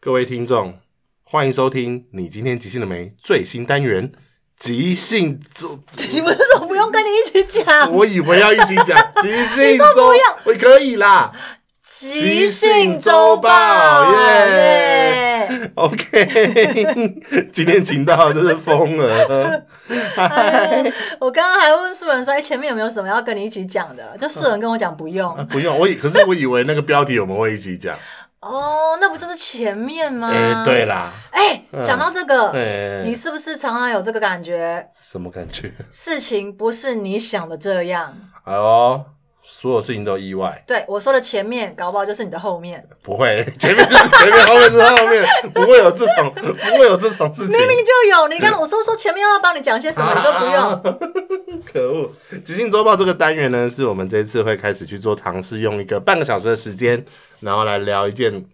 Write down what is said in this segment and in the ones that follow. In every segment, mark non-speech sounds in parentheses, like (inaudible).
各位听众，欢迎收听你今天即兴了没最新单元即兴周， (laughs) 你不是说不用跟你一起讲？我以为要一起 (laughs) 讲即兴周不要，我可以啦。即兴周报耶耶！ OK，今 (laughs) 天请到真是疯了， (laughs) 哎 (laughs) 我刚刚还问素人说：“哎，前面有没有什么要跟你一起讲的？”就素人跟我讲不用。不用我以，可是我以为那个标题我们会一起讲。哦，那不就是前面吗？哎、对。啦，嗯哎，讲到这个，哎、你是不是常常有这个感觉？什么感觉？事情不是你想的这样。哎呦，所有事情都意外，对我说的前面，搞不好就是你的后面。不会，前面就是前面，后面就是后面，不会有这种，不会有这种事情。明明就有，你看我说说前面要帮你讲些什么，你说不用。用。可恶！即兴周报这个单元呢，是我们这次会开始去做尝试，用一个半个小时的时间，然后来聊一件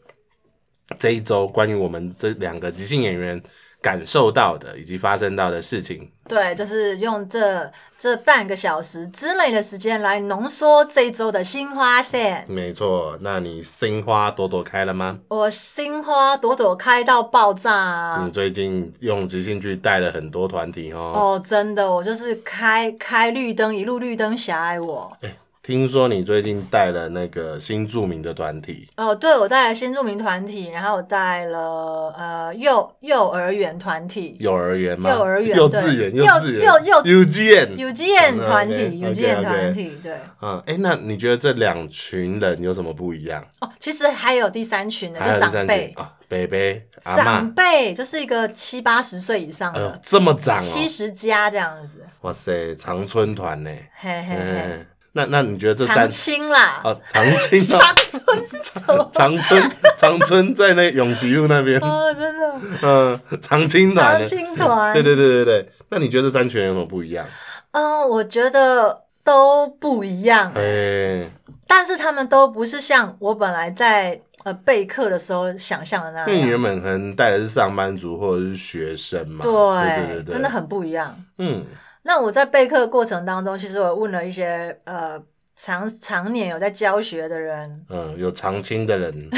这一周关于我们这两个即兴演员感受到的以及发生到的事情。对，就是用这这半个小时之内的时间来浓缩这一周的新花线。没错，那你心花朵朵开了吗？我新花朵朵开到爆炸啊！你最近用即兴剧带了很多团体哦。哦，真的，我就是开开绿灯，一路绿灯狭隘我。哎听说你最近带了那个新著名的团体，哦，对，我带了新著名团体，然后我带了呃幼幼儿园团体、幼儿园吗？幼儿 (laughs) 园幼稚园，对幼稚园，幼幼幼稚园，有机眼团体、嗯，OK，OK，OK 有机眼团体，对。嗯，哎、那你觉得这两群人有什么不一样？哦，其实还有第三群的，还有就第长三辈群，啊，北北阿长嬷，辈就是一个七八十岁以上哎呦的，，这么长七哦、十加这样子。哇塞，长春团呢、嘿嘿嘿，嗯，那那你觉得这长三青啦，啊长青啊？长春是什 (laughs) 么长春长春在那个永吉路那边，哦，真的，嗯，长青团长呢，青团。对对对对对，那你觉得这三群人有什么不一样？嗯，我觉得都不一样，哎、但是他们都不是像我本来在呃备课的时候想象的那哎因为你样。原本可能带的是上班族或者是学生嘛，对对对对，真的，很不一样。嗯，那我在备课过程当中，其实我问了一些呃常常年有在教学的人，嗯，有长青的人，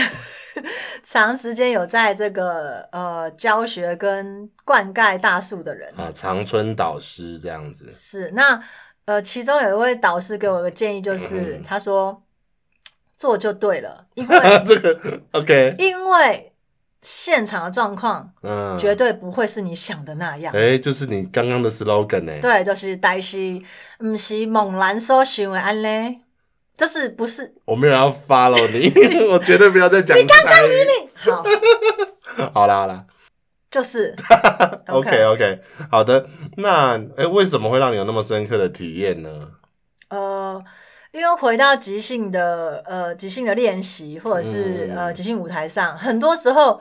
长时间有在这个呃教学跟灌溉大树的人，啊，长春导师这样子， (laughs) 是，那呃，其中有一位导师给我个建议，嗯就是、他说做就对了，因为 (laughs) 这个 OK，因为现场的状况嗯，绝对不会是你想的那样。 (laughs) 哎、就是你刚刚的 slogan 呢、对，就是但是不是猛然所想的安嘞，就是不是我没有要 follow 你， (laughs) 我绝对不要再讲你刚刚你好，好啦好啦就是 (laughs) ，OK OK，好的，那哎、为什么会让你有那么深刻的体验呢？呃，因为回到即兴的呃即兴的练习，或者是、嗯呃即兴舞台上，很多时候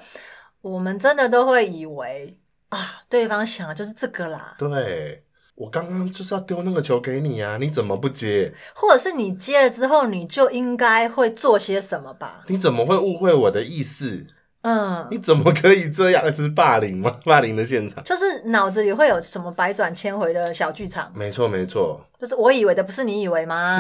我们真的都会以为啊，对方想的就是这个啦，对我刚刚就是要丢那个球给你啊，你怎么不接？或者是你接了之后，你就应该会做些什么吧？你怎么会误会我的意思？你嗯，怎么可以这样？这是霸凌吗？霸凌的现场？就是脑子里会有什么百转千回的小剧场，没错没错，就是我以为的不是你以为吗？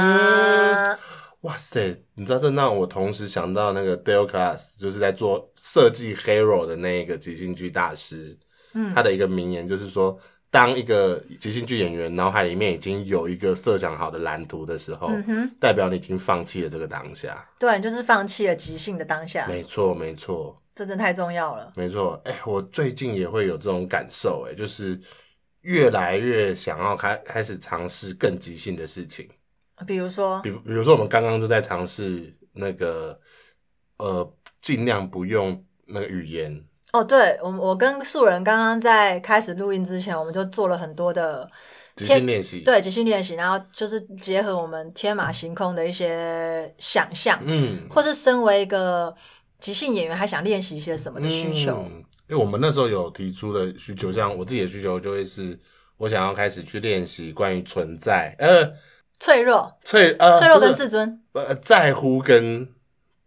嗯哇塞！你知道这让我同时想到那个 Dale Class，就是在做设计 Hero 的那一个即兴剧大师，嗯他的一个名言就是说，当一个即兴剧演员脑海里面已经有一个设想好的蓝图的时候，嗯哼，代表你已经放弃了这个当下。对，就是放弃了即兴的当下，没错，没错，这真的太重要了。没错。哎、我最近也会有这种感受、哎，就是越来越想要开开始尝试更即兴的事情。比如说，比比如说，我们刚刚就在尝试那个，呃，尽量不用那个语言，哦，对，我我跟素人刚刚在开始录音之前，我们就做了很多的即兴练习。，对即兴练习，然后就是结合我们天马行空的一些想象，嗯，或是身为一个即兴演员还想练习一些什么的需求。嗯因为我们那时候有提出的需求，像我自己的需求就会是，我想要开始去练习关于存在，呃，脆弱、脆呃脆弱跟不是自尊，呃在乎跟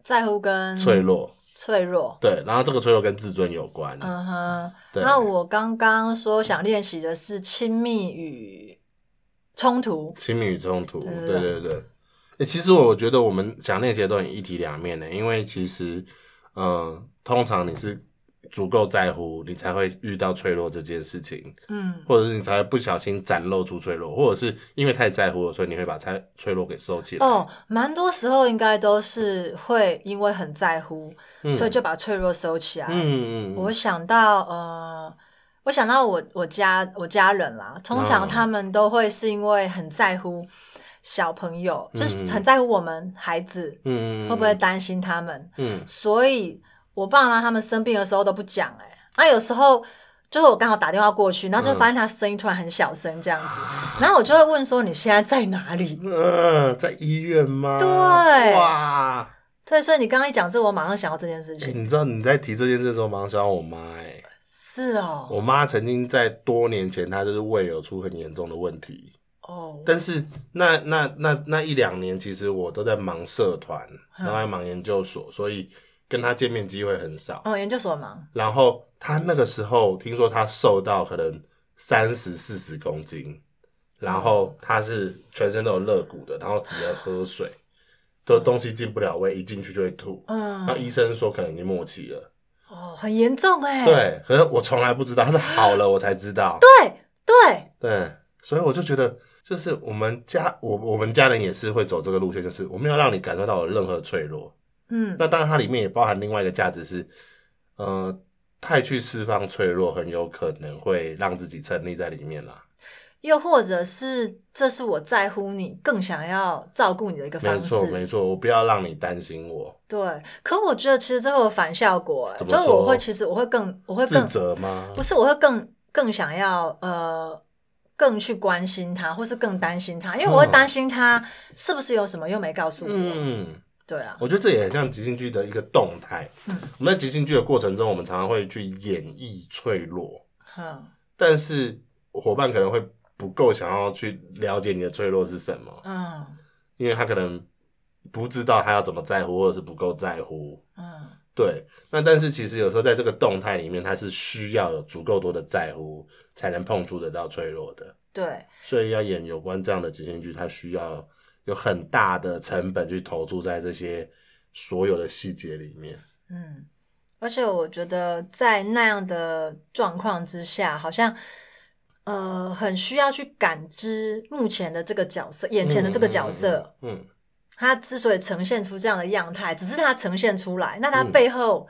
在乎跟脆弱，脆弱。对，然后这个脆弱跟自尊有关，嗯哼，对，那我刚刚说想练习的是亲密与冲突，亲密与冲突，对对对对对。欸其实我呃觉得我们讲那些都很一体两面的，因为其实，嗯、通常你是足够在乎，你才会遇到脆弱这件事情，嗯，或者是你才会不小心展露出脆弱，或者是因为太在乎了，所以你会把脆脆弱给收起来。哦，蛮多时候应该都是会因为很在乎，所以就把脆弱收起来。嗯嗯嗯我想到呃，我想到我我家我家人啦，通常嗯他们都会是因为很在乎小朋友，就是很在乎我们孩子、嗯嗯，嗯会不会担心他们，嗯所以我爸妈他们生病的时候都不讲哎、那有时候。就是我刚好打电话过去，然后嗯就发现他声音突然很小声这样子，啊然后我就会问说你现在在哪里？呃，在医院吗？对哇、对，所以你刚刚一讲这，我马上想到这件事欸情。你知道你在提这件事的时候，马上想到我妈哎、欸是哦，我妈曾经在多年前，她就是胃有出很严重的问题，哦，但是那那那那一两年，其实我都在忙社团，然后还忙研究所，所以跟她见面机会很少。哦，研究所忙，然后她那个时候听说她瘦到可能三十四十公斤，然后她是全身都有肋骨的，然后只能喝水，都东西进不了胃，一进去就会吐。然后嗯，医生说可能已经末期了，哦，很严重哎、对，可是我从来不知道，他是好了我才知道，对对，对，所以我就觉得，就是我们家我我们家人也是会走这个路线，就是我没有让你感受到我任何脆弱。嗯，那当然，它里面也包含另外一个价值是，呃，太去释放脆弱，很有可能会让自己沉溺在里面啦。又或者是这是我在乎你，更想要照顾你的一个没方错，式。没错，我不要让你担心我，对，可我觉得其实这会有反效果、哎，怎么就我说会其实我会更我会自更责吗？不是我会更更想要呃。更去关心他，或是更担心他，因为我会嗯担心他是不是有什么又没告诉我。嗯。对啊，我觉得这也很像即兴剧的一个动态。嗯我们在即兴剧的过程中，我们常常会去演绎脆弱，嗯但是伙伴可能会不够想要去了解你的脆弱是什么，嗯因为他可能不知道他要怎么在乎，或者是不够在乎。嗯，对，那但是其实有时候在这个动态里面，他是需要有足够多的在乎，才能碰触得到脆弱的。对。所以要演有关这样的即兴剧，它需要有很大的成本去投注在这些所有的细节里面。嗯，而且我觉得在那样的状况之下，好像呃很需要去感知目前的这个角色，眼前的这个角色，嗯，嗯，他之所以呈现出这样的样态，只是他呈现出来，那他背后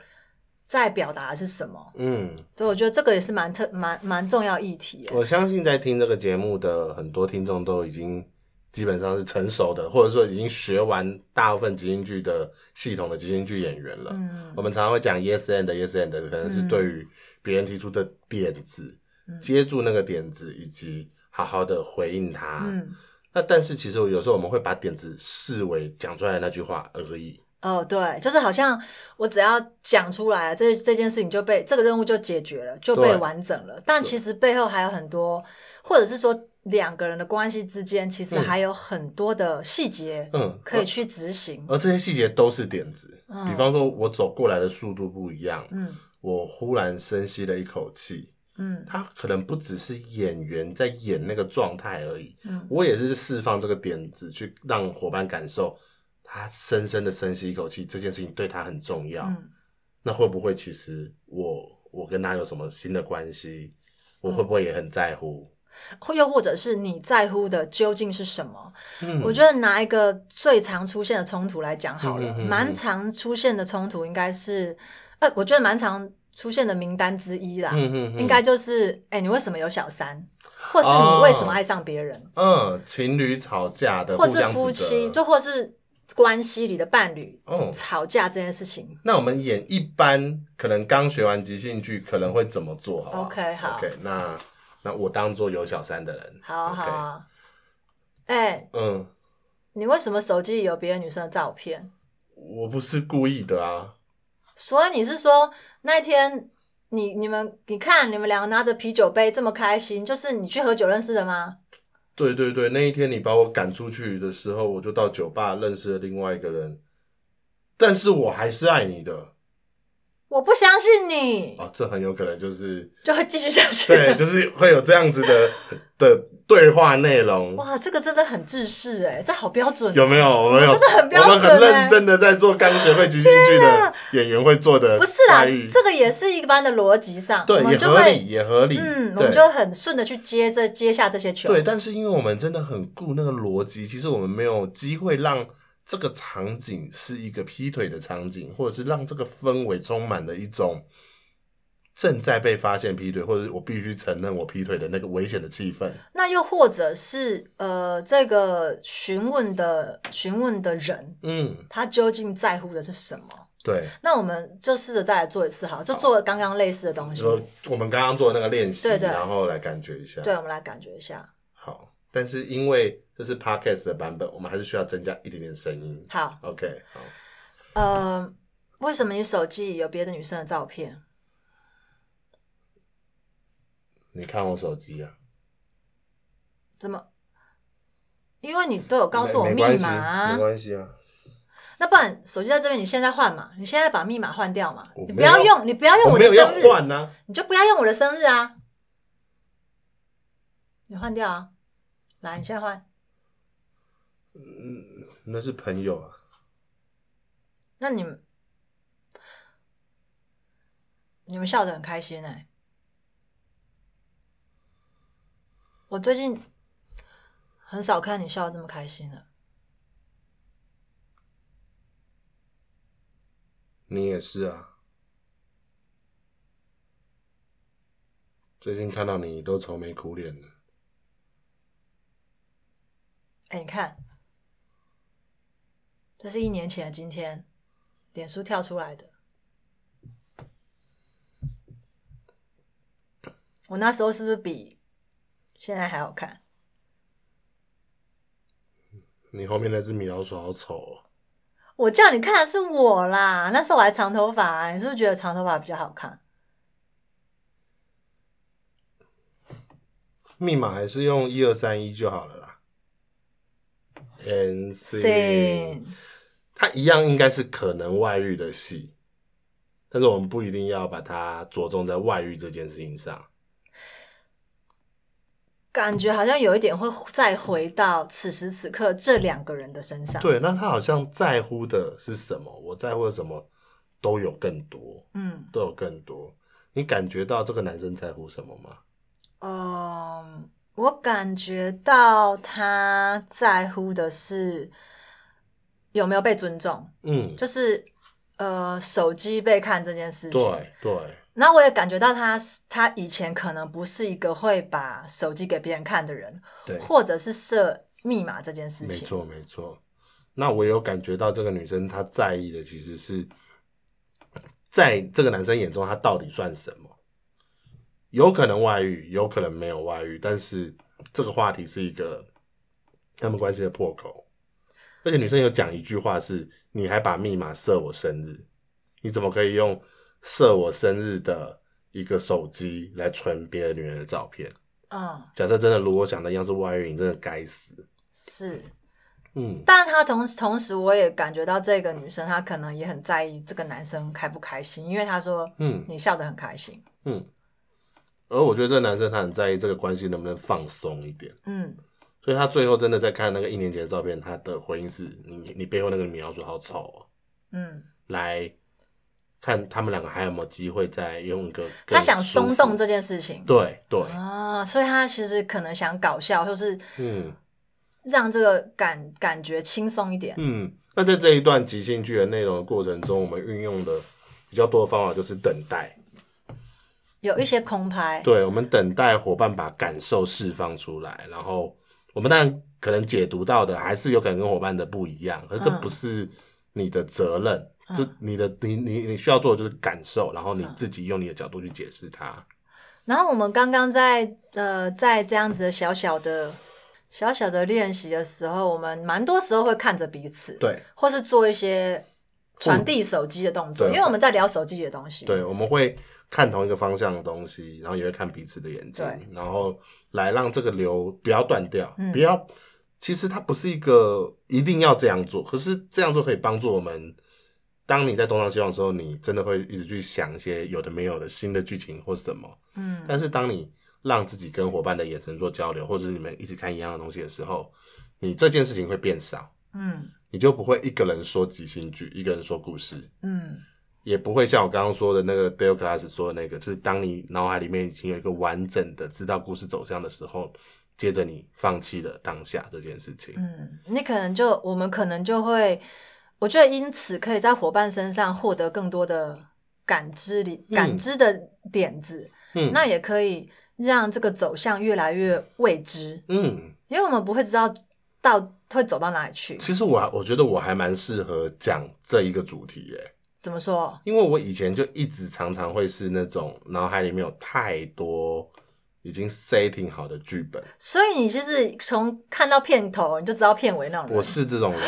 在表达的是什么？嗯嗯所以我觉得这个也是蛮特蛮蛮重要议题耶。我相信在听这个节目的很多听众都已经基本上是成熟的，或者说已经学完大部分即兴剧的系统的即兴剧演员了。嗯我们常常会讲 yes and yes and，可能是对于别人提出的点子，嗯接住那个点子，以及好好的回应他。嗯，那但是其实有时候我们会把点子视为讲出来的那句话而已。哦，对，就是好像我只要讲出来，啊这这件事情就被这个任务就解决了，就被对完整了。但其实背后还有很多，或者是说两个人的关系之间，其实嗯还有很多的细节嗯，可以去执行。而这些细节都是点子。嗯比方说，我走过来的速度不一样，嗯我忽然深吸了一口气，嗯他可能不只是演员在演那个状态而已，嗯我也是释放这个点子，去让伙伴感受他深深的深吸一口气，这件事情对他很重要。嗯那会不会其实我我跟他有什么新的关系？我会不会也很在乎？或又或者是你在乎的究竟是什么？嗯我觉得拿一个最常出现的冲突来讲好嗯了嗯，嗯嗯蛮常出现的冲突应该是，呃，我觉得蛮常出现的名单之一啦。嗯嗯嗯应该就是哎、你为什么有小三，或是你为什么爱上别人，嗯，情侣吵架的，或互是相夫指责妻，就或是关系里的伴侣嗯吵架这件事情。那我们演一般可能刚学完即兴剧可能会怎么做？好不好 OK，好 OK，那那我当做有小三的人。好啊 OK 好啊，哎、嗯，你为什么手机里有别的女生的照片？我不是故意的啊。所以你是说那一天你你们你看你们两个拿着啤酒杯这么开心，就是你去喝酒认识的吗？对对对，那一天你把我赶出去的时候，我就到酒吧认识了另外一个人，但是我还是爱你的。我不相信你，哦，这很有可能就是就会继续下去。对，就是会有这样子的的对话内容，哇，这个真的很制式哎，这好标准哦。有没有？我们有，真的很标我准们很欸认真的在做刚学会即兴剧的演员会做的不是啦待遇，这个也是一般的逻辑上，哎对我，也们就合理，会，也合理，嗯，我对们就很顺的去接这接下这些球。对，但是因为我们真的很顾那个逻辑，其实我们没有机会让这个场景是一个劈腿的场景，或者是让这个氛围充满了一种正在被发现劈腿，或者是我必须承认我劈腿的那个危险的气氛。那又或者是呃，这个询问的询问的人，嗯，他究竟在乎的是什么？对。那我们就试着再来做一次，好了，就做刚刚类似的东你西。说我们刚刚做的那个练习，对对然后来感觉一下。对，，我们来感觉一下。好。但是因为这是 podcast 的版本，我们还是需要增加一点点声音。好， OK，好。呃，为什么你手机里有别的女生的照片？你看我手机啊，怎么？因为你都有告诉我没密没关系码啊没，关系啊。那不然手机在这边，你现在换嘛？你现在把密码换掉嘛？我你不没有要用，你不要用我我没有的要生日，换啊，你就不要用我的生日啊！你换掉啊！来，你现在换。那是朋友啊。那你们你们笑得很开心哎、我最近很少看你笑得这么开心啊了。你也是啊。最近看到你都愁眉苦脸的，哎、你看，这是一年前的今天，脸书跳出来的。我那时候是不是比现在还好看？你后面那只米老鼠好丑哦。我叫你看的是我啦，那时候我还长头发、啊，你是不是觉得长头发比较好看？密码还是用一二三一就好了啦。N C，信它一样应该是可能外遇的戏，但是我们不一定要把它着重在外遇这件事情上。感觉好像有一点会再回到此时此刻这两个人的身上。，对，那他好像在乎的是什么？我在乎的什么都有更多。嗯，都有更多。你感觉到这个男生在乎什么吗？嗯，我感觉到他在乎的是有没有被尊重，嗯，就是呃，手机被看这件事情。对对，然后我也感觉到他是，他以前可能不是一个会把手机给别人看的人，对或者是设密码这件事没情。错没错。那我有感觉到这个女生她在意的其实是，在这个男生眼中他到底算什么？有可能外遇，有可能没有外遇，但是这个话题是一个他们关系的破口。而且女生有讲一句话是：“你还把密码设我生日，你怎么可以用设我生日的一个手机来存别的女人的照片？”嗯，假设真的如我想的一样是外遇，你真的该死。是。嗯，但她同同时，我也感觉到这个女生她可能也很在意这个男生开不开心，因为她说：“嗯你笑得很开心。而我觉得这个男生他很在意这个关系能不能放松一点，”嗯，所以他最后真的在看那个一年前的照片，他的回应是：你你背后那个米老鼠好丑哦。嗯，来看他们两个还有没有机会再用一个更她想松动舒服这件事情对对，啊，所以她其实可能想搞笑，或是嗯让这个感感觉轻松一点。嗯。那在这一段即兴剧的内容的过程中，我们运用的比较多的方法就是等待。有一些空拍，对，我们等待伙伴把感受释放出来，然后我们当然可能解读到的还是有可能跟伙伴的不一样，可是这嗯不是你的责任，这你的你你你需要做的就是感受，然后你自己用你的角度去解释它。然后我们刚刚在呃在这样子的小小的小小的练习的时候，我们蛮多时候会看着彼此，，对或是做一些传递手机的动作，对因为我们在聊手机的东西，，对，我们会看同一个方向的东西，然后也会看彼此的眼睛对，然后来让这个流不要断掉，嗯不要。其实它不是一个一定要这样做，可是这样做可以帮助我们当你在东张西望的时候，你真的会一直去想一些有的没有的新的剧情或什么。嗯，但是当你让自己跟伙伴的眼神做交流，或者是你们一起看一样的东西的时候，你这件事情会变少，嗯你就不会一个人说即兴剧，一个人说故事，嗯也不会像我刚刚说的那个 Dale Class 说的那个，就是当你脑海里面已经有一个完整的知道故事走向的时候，接着你放弃了当下这件事情。嗯，你可能就我们可能就会，我觉得因此可以在伙伴身上获得更多的感知里感嗯知的点子，嗯那也可以让这个走向越来越未知，嗯，因为我们不会知道到会走到哪里去。其实我还我觉得我还蛮适合讲这一个主题耶、怎么说？因为我以前就一直常常会是那种脑海里面有太多已经 setting 好的剧本，所以你其实从看到片头你就知道片尾那种人我是这种人，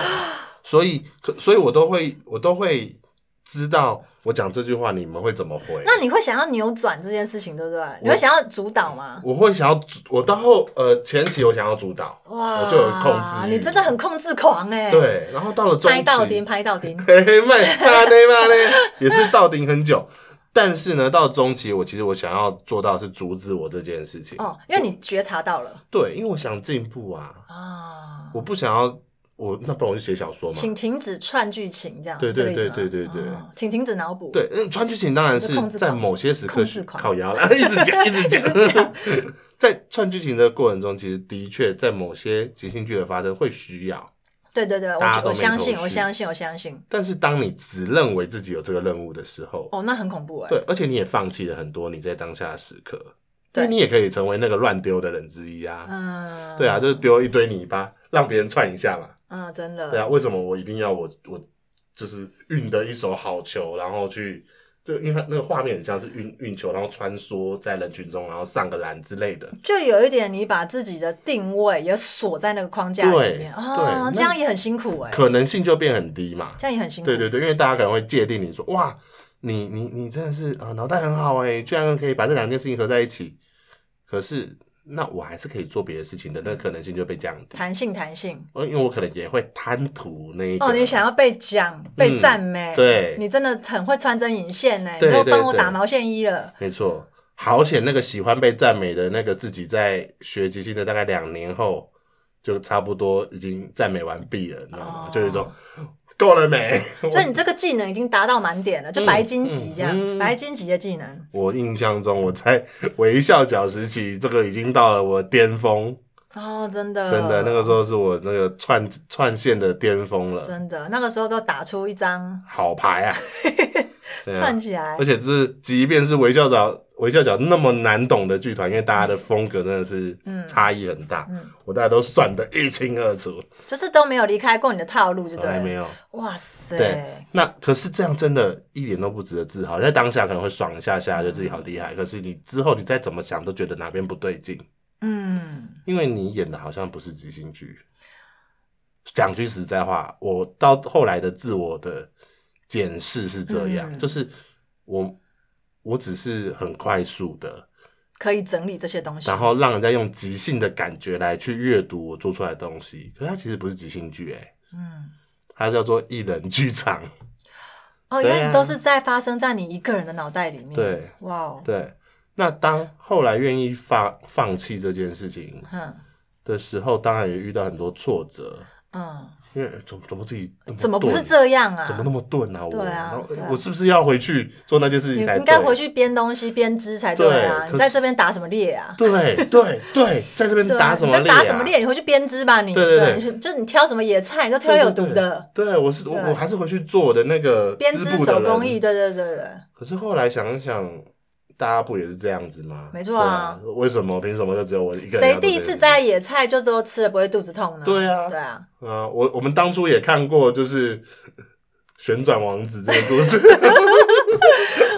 所以可所以我都会我都会知道我讲这句话你们会怎么回。那你会想要扭转这件事情，对不对？你会想要主导吗？我会想要主，我到后呃前期我想要主导，哇，我就有控制欲你真的很控制狂哎、，对，然后到了中拍到期丁，，拍到丁。嘿，卖大内骂嘞，也是到顶很久。但是呢，到中期我其实我想要做到的是阻止我这件事情。哦，因为你觉察到了对，因为我想进步啊，啊，我不想要我那不然我就写小说嘛。请停止串剧情，这样对是这个对意思吗对对对对哦请停止脑补。，对，嗯，川剧情当然就是控制在狂某些时刻控需制狂靠腰了， (laughs) 一直 (laughs) 讲一直讲一直讲， (laughs) 在串剧情的过程中，其实的确在某些即兴剧的发生会需要，对对对，大家我都我没相信，头绪我相信，我相信。但是当你只认为自己有这个任务的时候，哦，那很恐怖哎、对，而且你也放弃了很多你在当下的时刻，因对为你也可以成为那个乱丢的人之一啊，嗯，对啊，就是丢一堆泥巴，让别人串一下嘛，嗯，真的。对啊，为什么我一定要我我就是运的一手好球，然后去就因为它那个画面很像是运运球，然后穿梭在人群中，然后上个篮之类的。就有一点，你把自己的定位也锁在那个框架对里面啊，对这样也很辛苦哎、可能性就变很低嘛。这样也很辛苦。对对对，因为大家可能会界定你说，哇，你你你真的是啊、呃脑袋很好哎、居然可以把这两件事情合在一起。可是那我还是可以做别的事情的，那可能性就被降低。弹性弹性。呃，因为我可能也会贪图那一个。哦，你想要被讲、被赞美，嗯对你真的很会穿针引线欸呢，你对都对帮我对打毛线衣了。没错，好险那个喜欢被赞美的那个自己，在学即兴的大概两年后，就差不多已经赞美完毕了，你知道吗？哦就是说够了没？ (laughs) 所以你这个技能已经达到满点了，就白金级这样，嗯嗯白金级的技能。我印象中，我在微笑角时期，这个已经到了我巅峰，哦，真的，真的，那个时候是我那个串串线的巅峰了，真的那个时候都打出一张好牌 (laughs) 啊！对啊串起来而，且就是，即便是微笑角微笑角那么难懂的剧团，因为大家的风格真的是嗯差异很大，我大家都算得一清二楚，就是都没有离开过你的套路，就从来没对了。有。哇塞，对那可是这样真的一点都不值得自豪，在当下可能会爽一下下，就自己好厉害。可是你之后你再怎么想都觉得哪边不对劲，嗯，因为你演的好像不是即兴剧。讲句实在话，我到后来的自我的检视是这样，嗯就是我我只是很快速的，可以整理这些东西然。后让人家用即兴的感觉来去阅读我做出来的东西，可是它其实不是即兴剧，哎，嗯，它叫做一人剧场。 (laughs) 哦，因对啊为你都是在发生在你一个人的脑袋里面。对，哇哦，对，那当后来愿意放放弃这件事情嗯的时候，当然也遇到很多挫折，嗯，因为哎怎么怎么自己那怎么不是钝这样啊？怎么那么钝啊？我对啊然后对啊我是不是要回去做那件事你情才应该对回去编东西编织才对啊！对你可在是这边打什么猎啊？对对对，在这边对啊打什么你猎、在啊？打什么猎？你回去编织吧你。啊对对对你是就你挑什么野菜，你都挑对？有毒的，对对对，我是我对我还是回去做我的那个编织织布的手人工艺。对对对对，可是后来想一想，大家不也是这样子吗？没错啊对啊，为什么凭什么就只有我一个人要做这件事情？谁第一次摘野菜就说吃了不会肚子痛呢？对啊对啊，啊，我我们当初也看过，就是旋转王子这个故事， (laughs)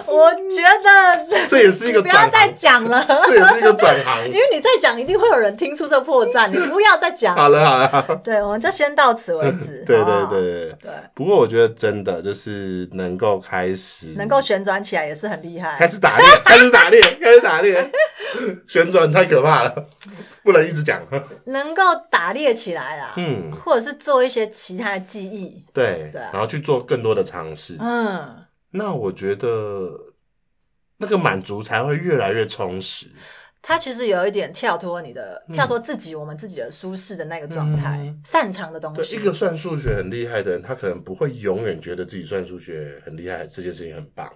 我觉得这也 (laughs) 是一个不要转再行，讲了，这也是一个转因行。 (laughs) 为你再讲一定会有人听出这破 (laughs) 绽，你不要再讲。好了好了，对，我们就先到此为止。对 (laughs) 对好不好对对对。对，不过我觉得真的就是能够开始，能够旋转起来也是很厉害 (laughs) 开。始打猎，开始打猎，开始打猎，旋转太可怕了。不能一直讲。能够打猎起来啦，嗯，或者是做一些其他的技艺，对，对啊然后去做更多的尝试。嗯，那我觉得那个满足才会越来越充实它其实有一点跳脱你的，跳脱自己我们自己的舒适的那个状态，嗯擅长的东对西，一个算数学很厉害的人，他可能不会永远觉得自己算数学很厉害，这件事情很棒。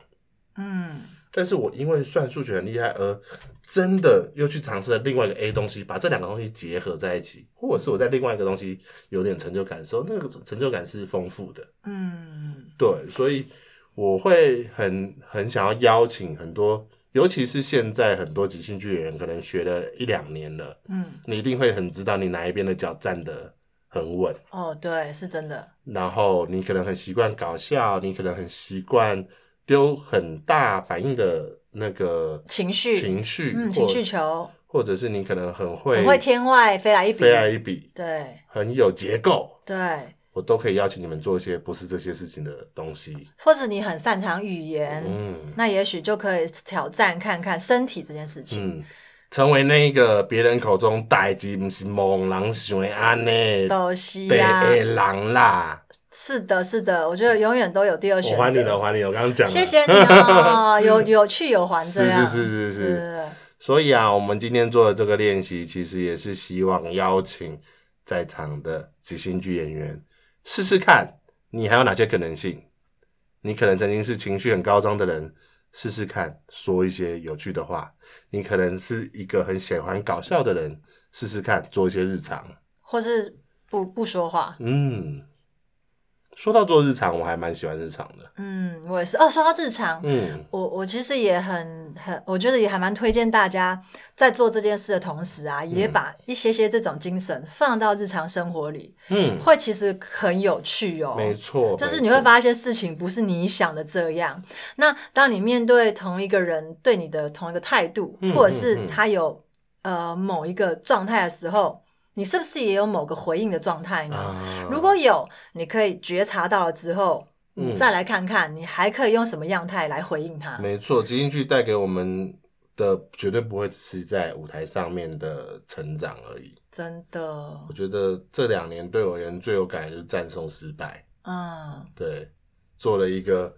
嗯，但是我因为算数学很厉害，而真的又去尝试了另外一个 A 东西，把这两个东西结合在一起，或者是我在另外一个东西有点成就感的时候，那个成就感是丰富的。嗯，对，所以我会很很想要邀请很多，尤其是现在很多即兴剧演员可能学了一两年了，嗯，你一定会很知道你哪一边的脚站得很稳，哦，对，是真的，然后你可能很习惯搞笑，你可能很习惯丢很大反应的那个情绪情绪，嗯，或情绪球或者是你可能很会很会天外飞来一笔，飞来一笔，对很有结构，对，我都可以邀请你们做一些不是这些事情的东西。或者你很擅长语言，嗯，那也许就可以挑战看看身体这件事情。嗯，成为那个别人口中代志，不是梦人想的安尼，都西对呀、的人啦。是的，是的，我觉得永远都有第二选我还你了，择。我还你了，我刚刚讲了。谢谢你 (laughs) 哦，有有去有还这啊是样，是是是对对是。对所以啊，我们今天做的这个练习，其实也是希望邀请在场的即兴剧演员试试看，你还有哪些可能性？你可能曾经是情绪很高涨的人，试试看说一些有趣的话；你可能是一个很喜欢搞笑的人，试试看做一些日常。或是不不说话。嗯，说到做日常，我还蛮喜欢日常的。嗯，我也是。哦，说到日常，嗯我我其实也很很，我觉得也还蛮推荐大家在做这件事的同时啊，嗯也把一些些这种精神放到日常生活里，嗯，会其实很有趣哦。没错，就是没你会错发现事情不是你想的这样。那当你面对同一个人对你的同一个态度，嗯或者是嗯他有呃某一个状态的时候，你是不是也有某个回应的状态呢？啊，如果有，你可以觉察到了之后，你嗯再来看看你还可以用什么样态来回应他。没错，即兴剧带给我们的绝对不会只是在舞台上面的成长而已。真的，我觉得这两年对我而言最有感的就是战胜失败，嗯，对，做了一个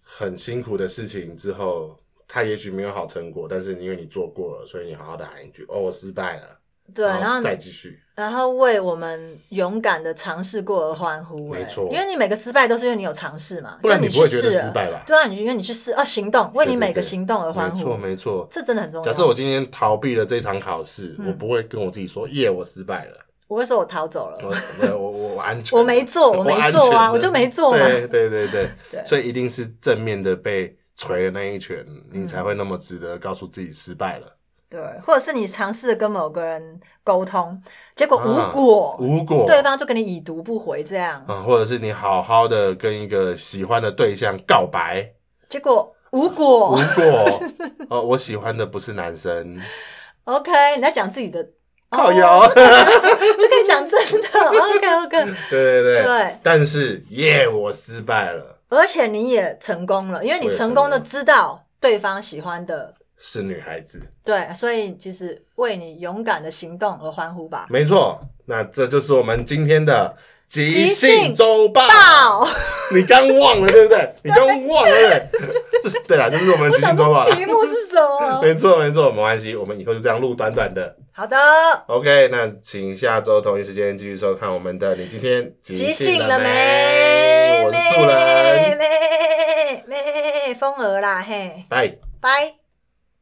很辛苦的事情之后。它也许没有好成果，但是因为你做过了，所以你好好的喊一句：“哦，我失败了。”对，然后再继续。然后为我们勇敢的尝试过而欢呼、欸没错因为你每个失败都是因为你有尝试嘛，不然就你你不去会觉试得了，失败吧对啊，你因为你去试啊，行动，为你对对每个对行动而欢没呼，错，没错。这真的很重要。假设我今天逃避了这场考试，嗯我不会跟我自己说耶，我失败了，我会说我逃走了，我我我我我安全了，我没做，我没安全做啊，了我就没做嘛，对对对对， (laughs) 对所以一定是正面的被锤的那一拳，你才会那么值得告诉自己失败了。对，或者是你尝试跟某个人沟通，结果啊无果，如果嗯对方就跟你已读不回这样，啊，或者是你好好的跟一个喜欢的对象告白，结果无如果 (laughs) 果哦，我喜欢的不是男哦生， ，OK，你在讲自己的，靠哦，腰， (laughs) 就可以讲真的，OK OK，对对对，对。但是耶，我失败了，而且你也成功了，因为你成功的知道对方喜欢的，是女孩子。对，所以其实为你勇敢的行动而欢呼吧。没错，那这就是我们今天的即即兴兴周报。爆！你刚忘了对不对？你刚忘了对不对？ (laughs) 这是对啦，这是我们我即兴想周报说题啦。目是什么？没错没错，没关系，我们以后就这样录短短的。好的， OK，那请下周同一时间继续收看我们的。你今天即即兴了了没？我是素没人，没没，风儿啦嘿，拜。拜。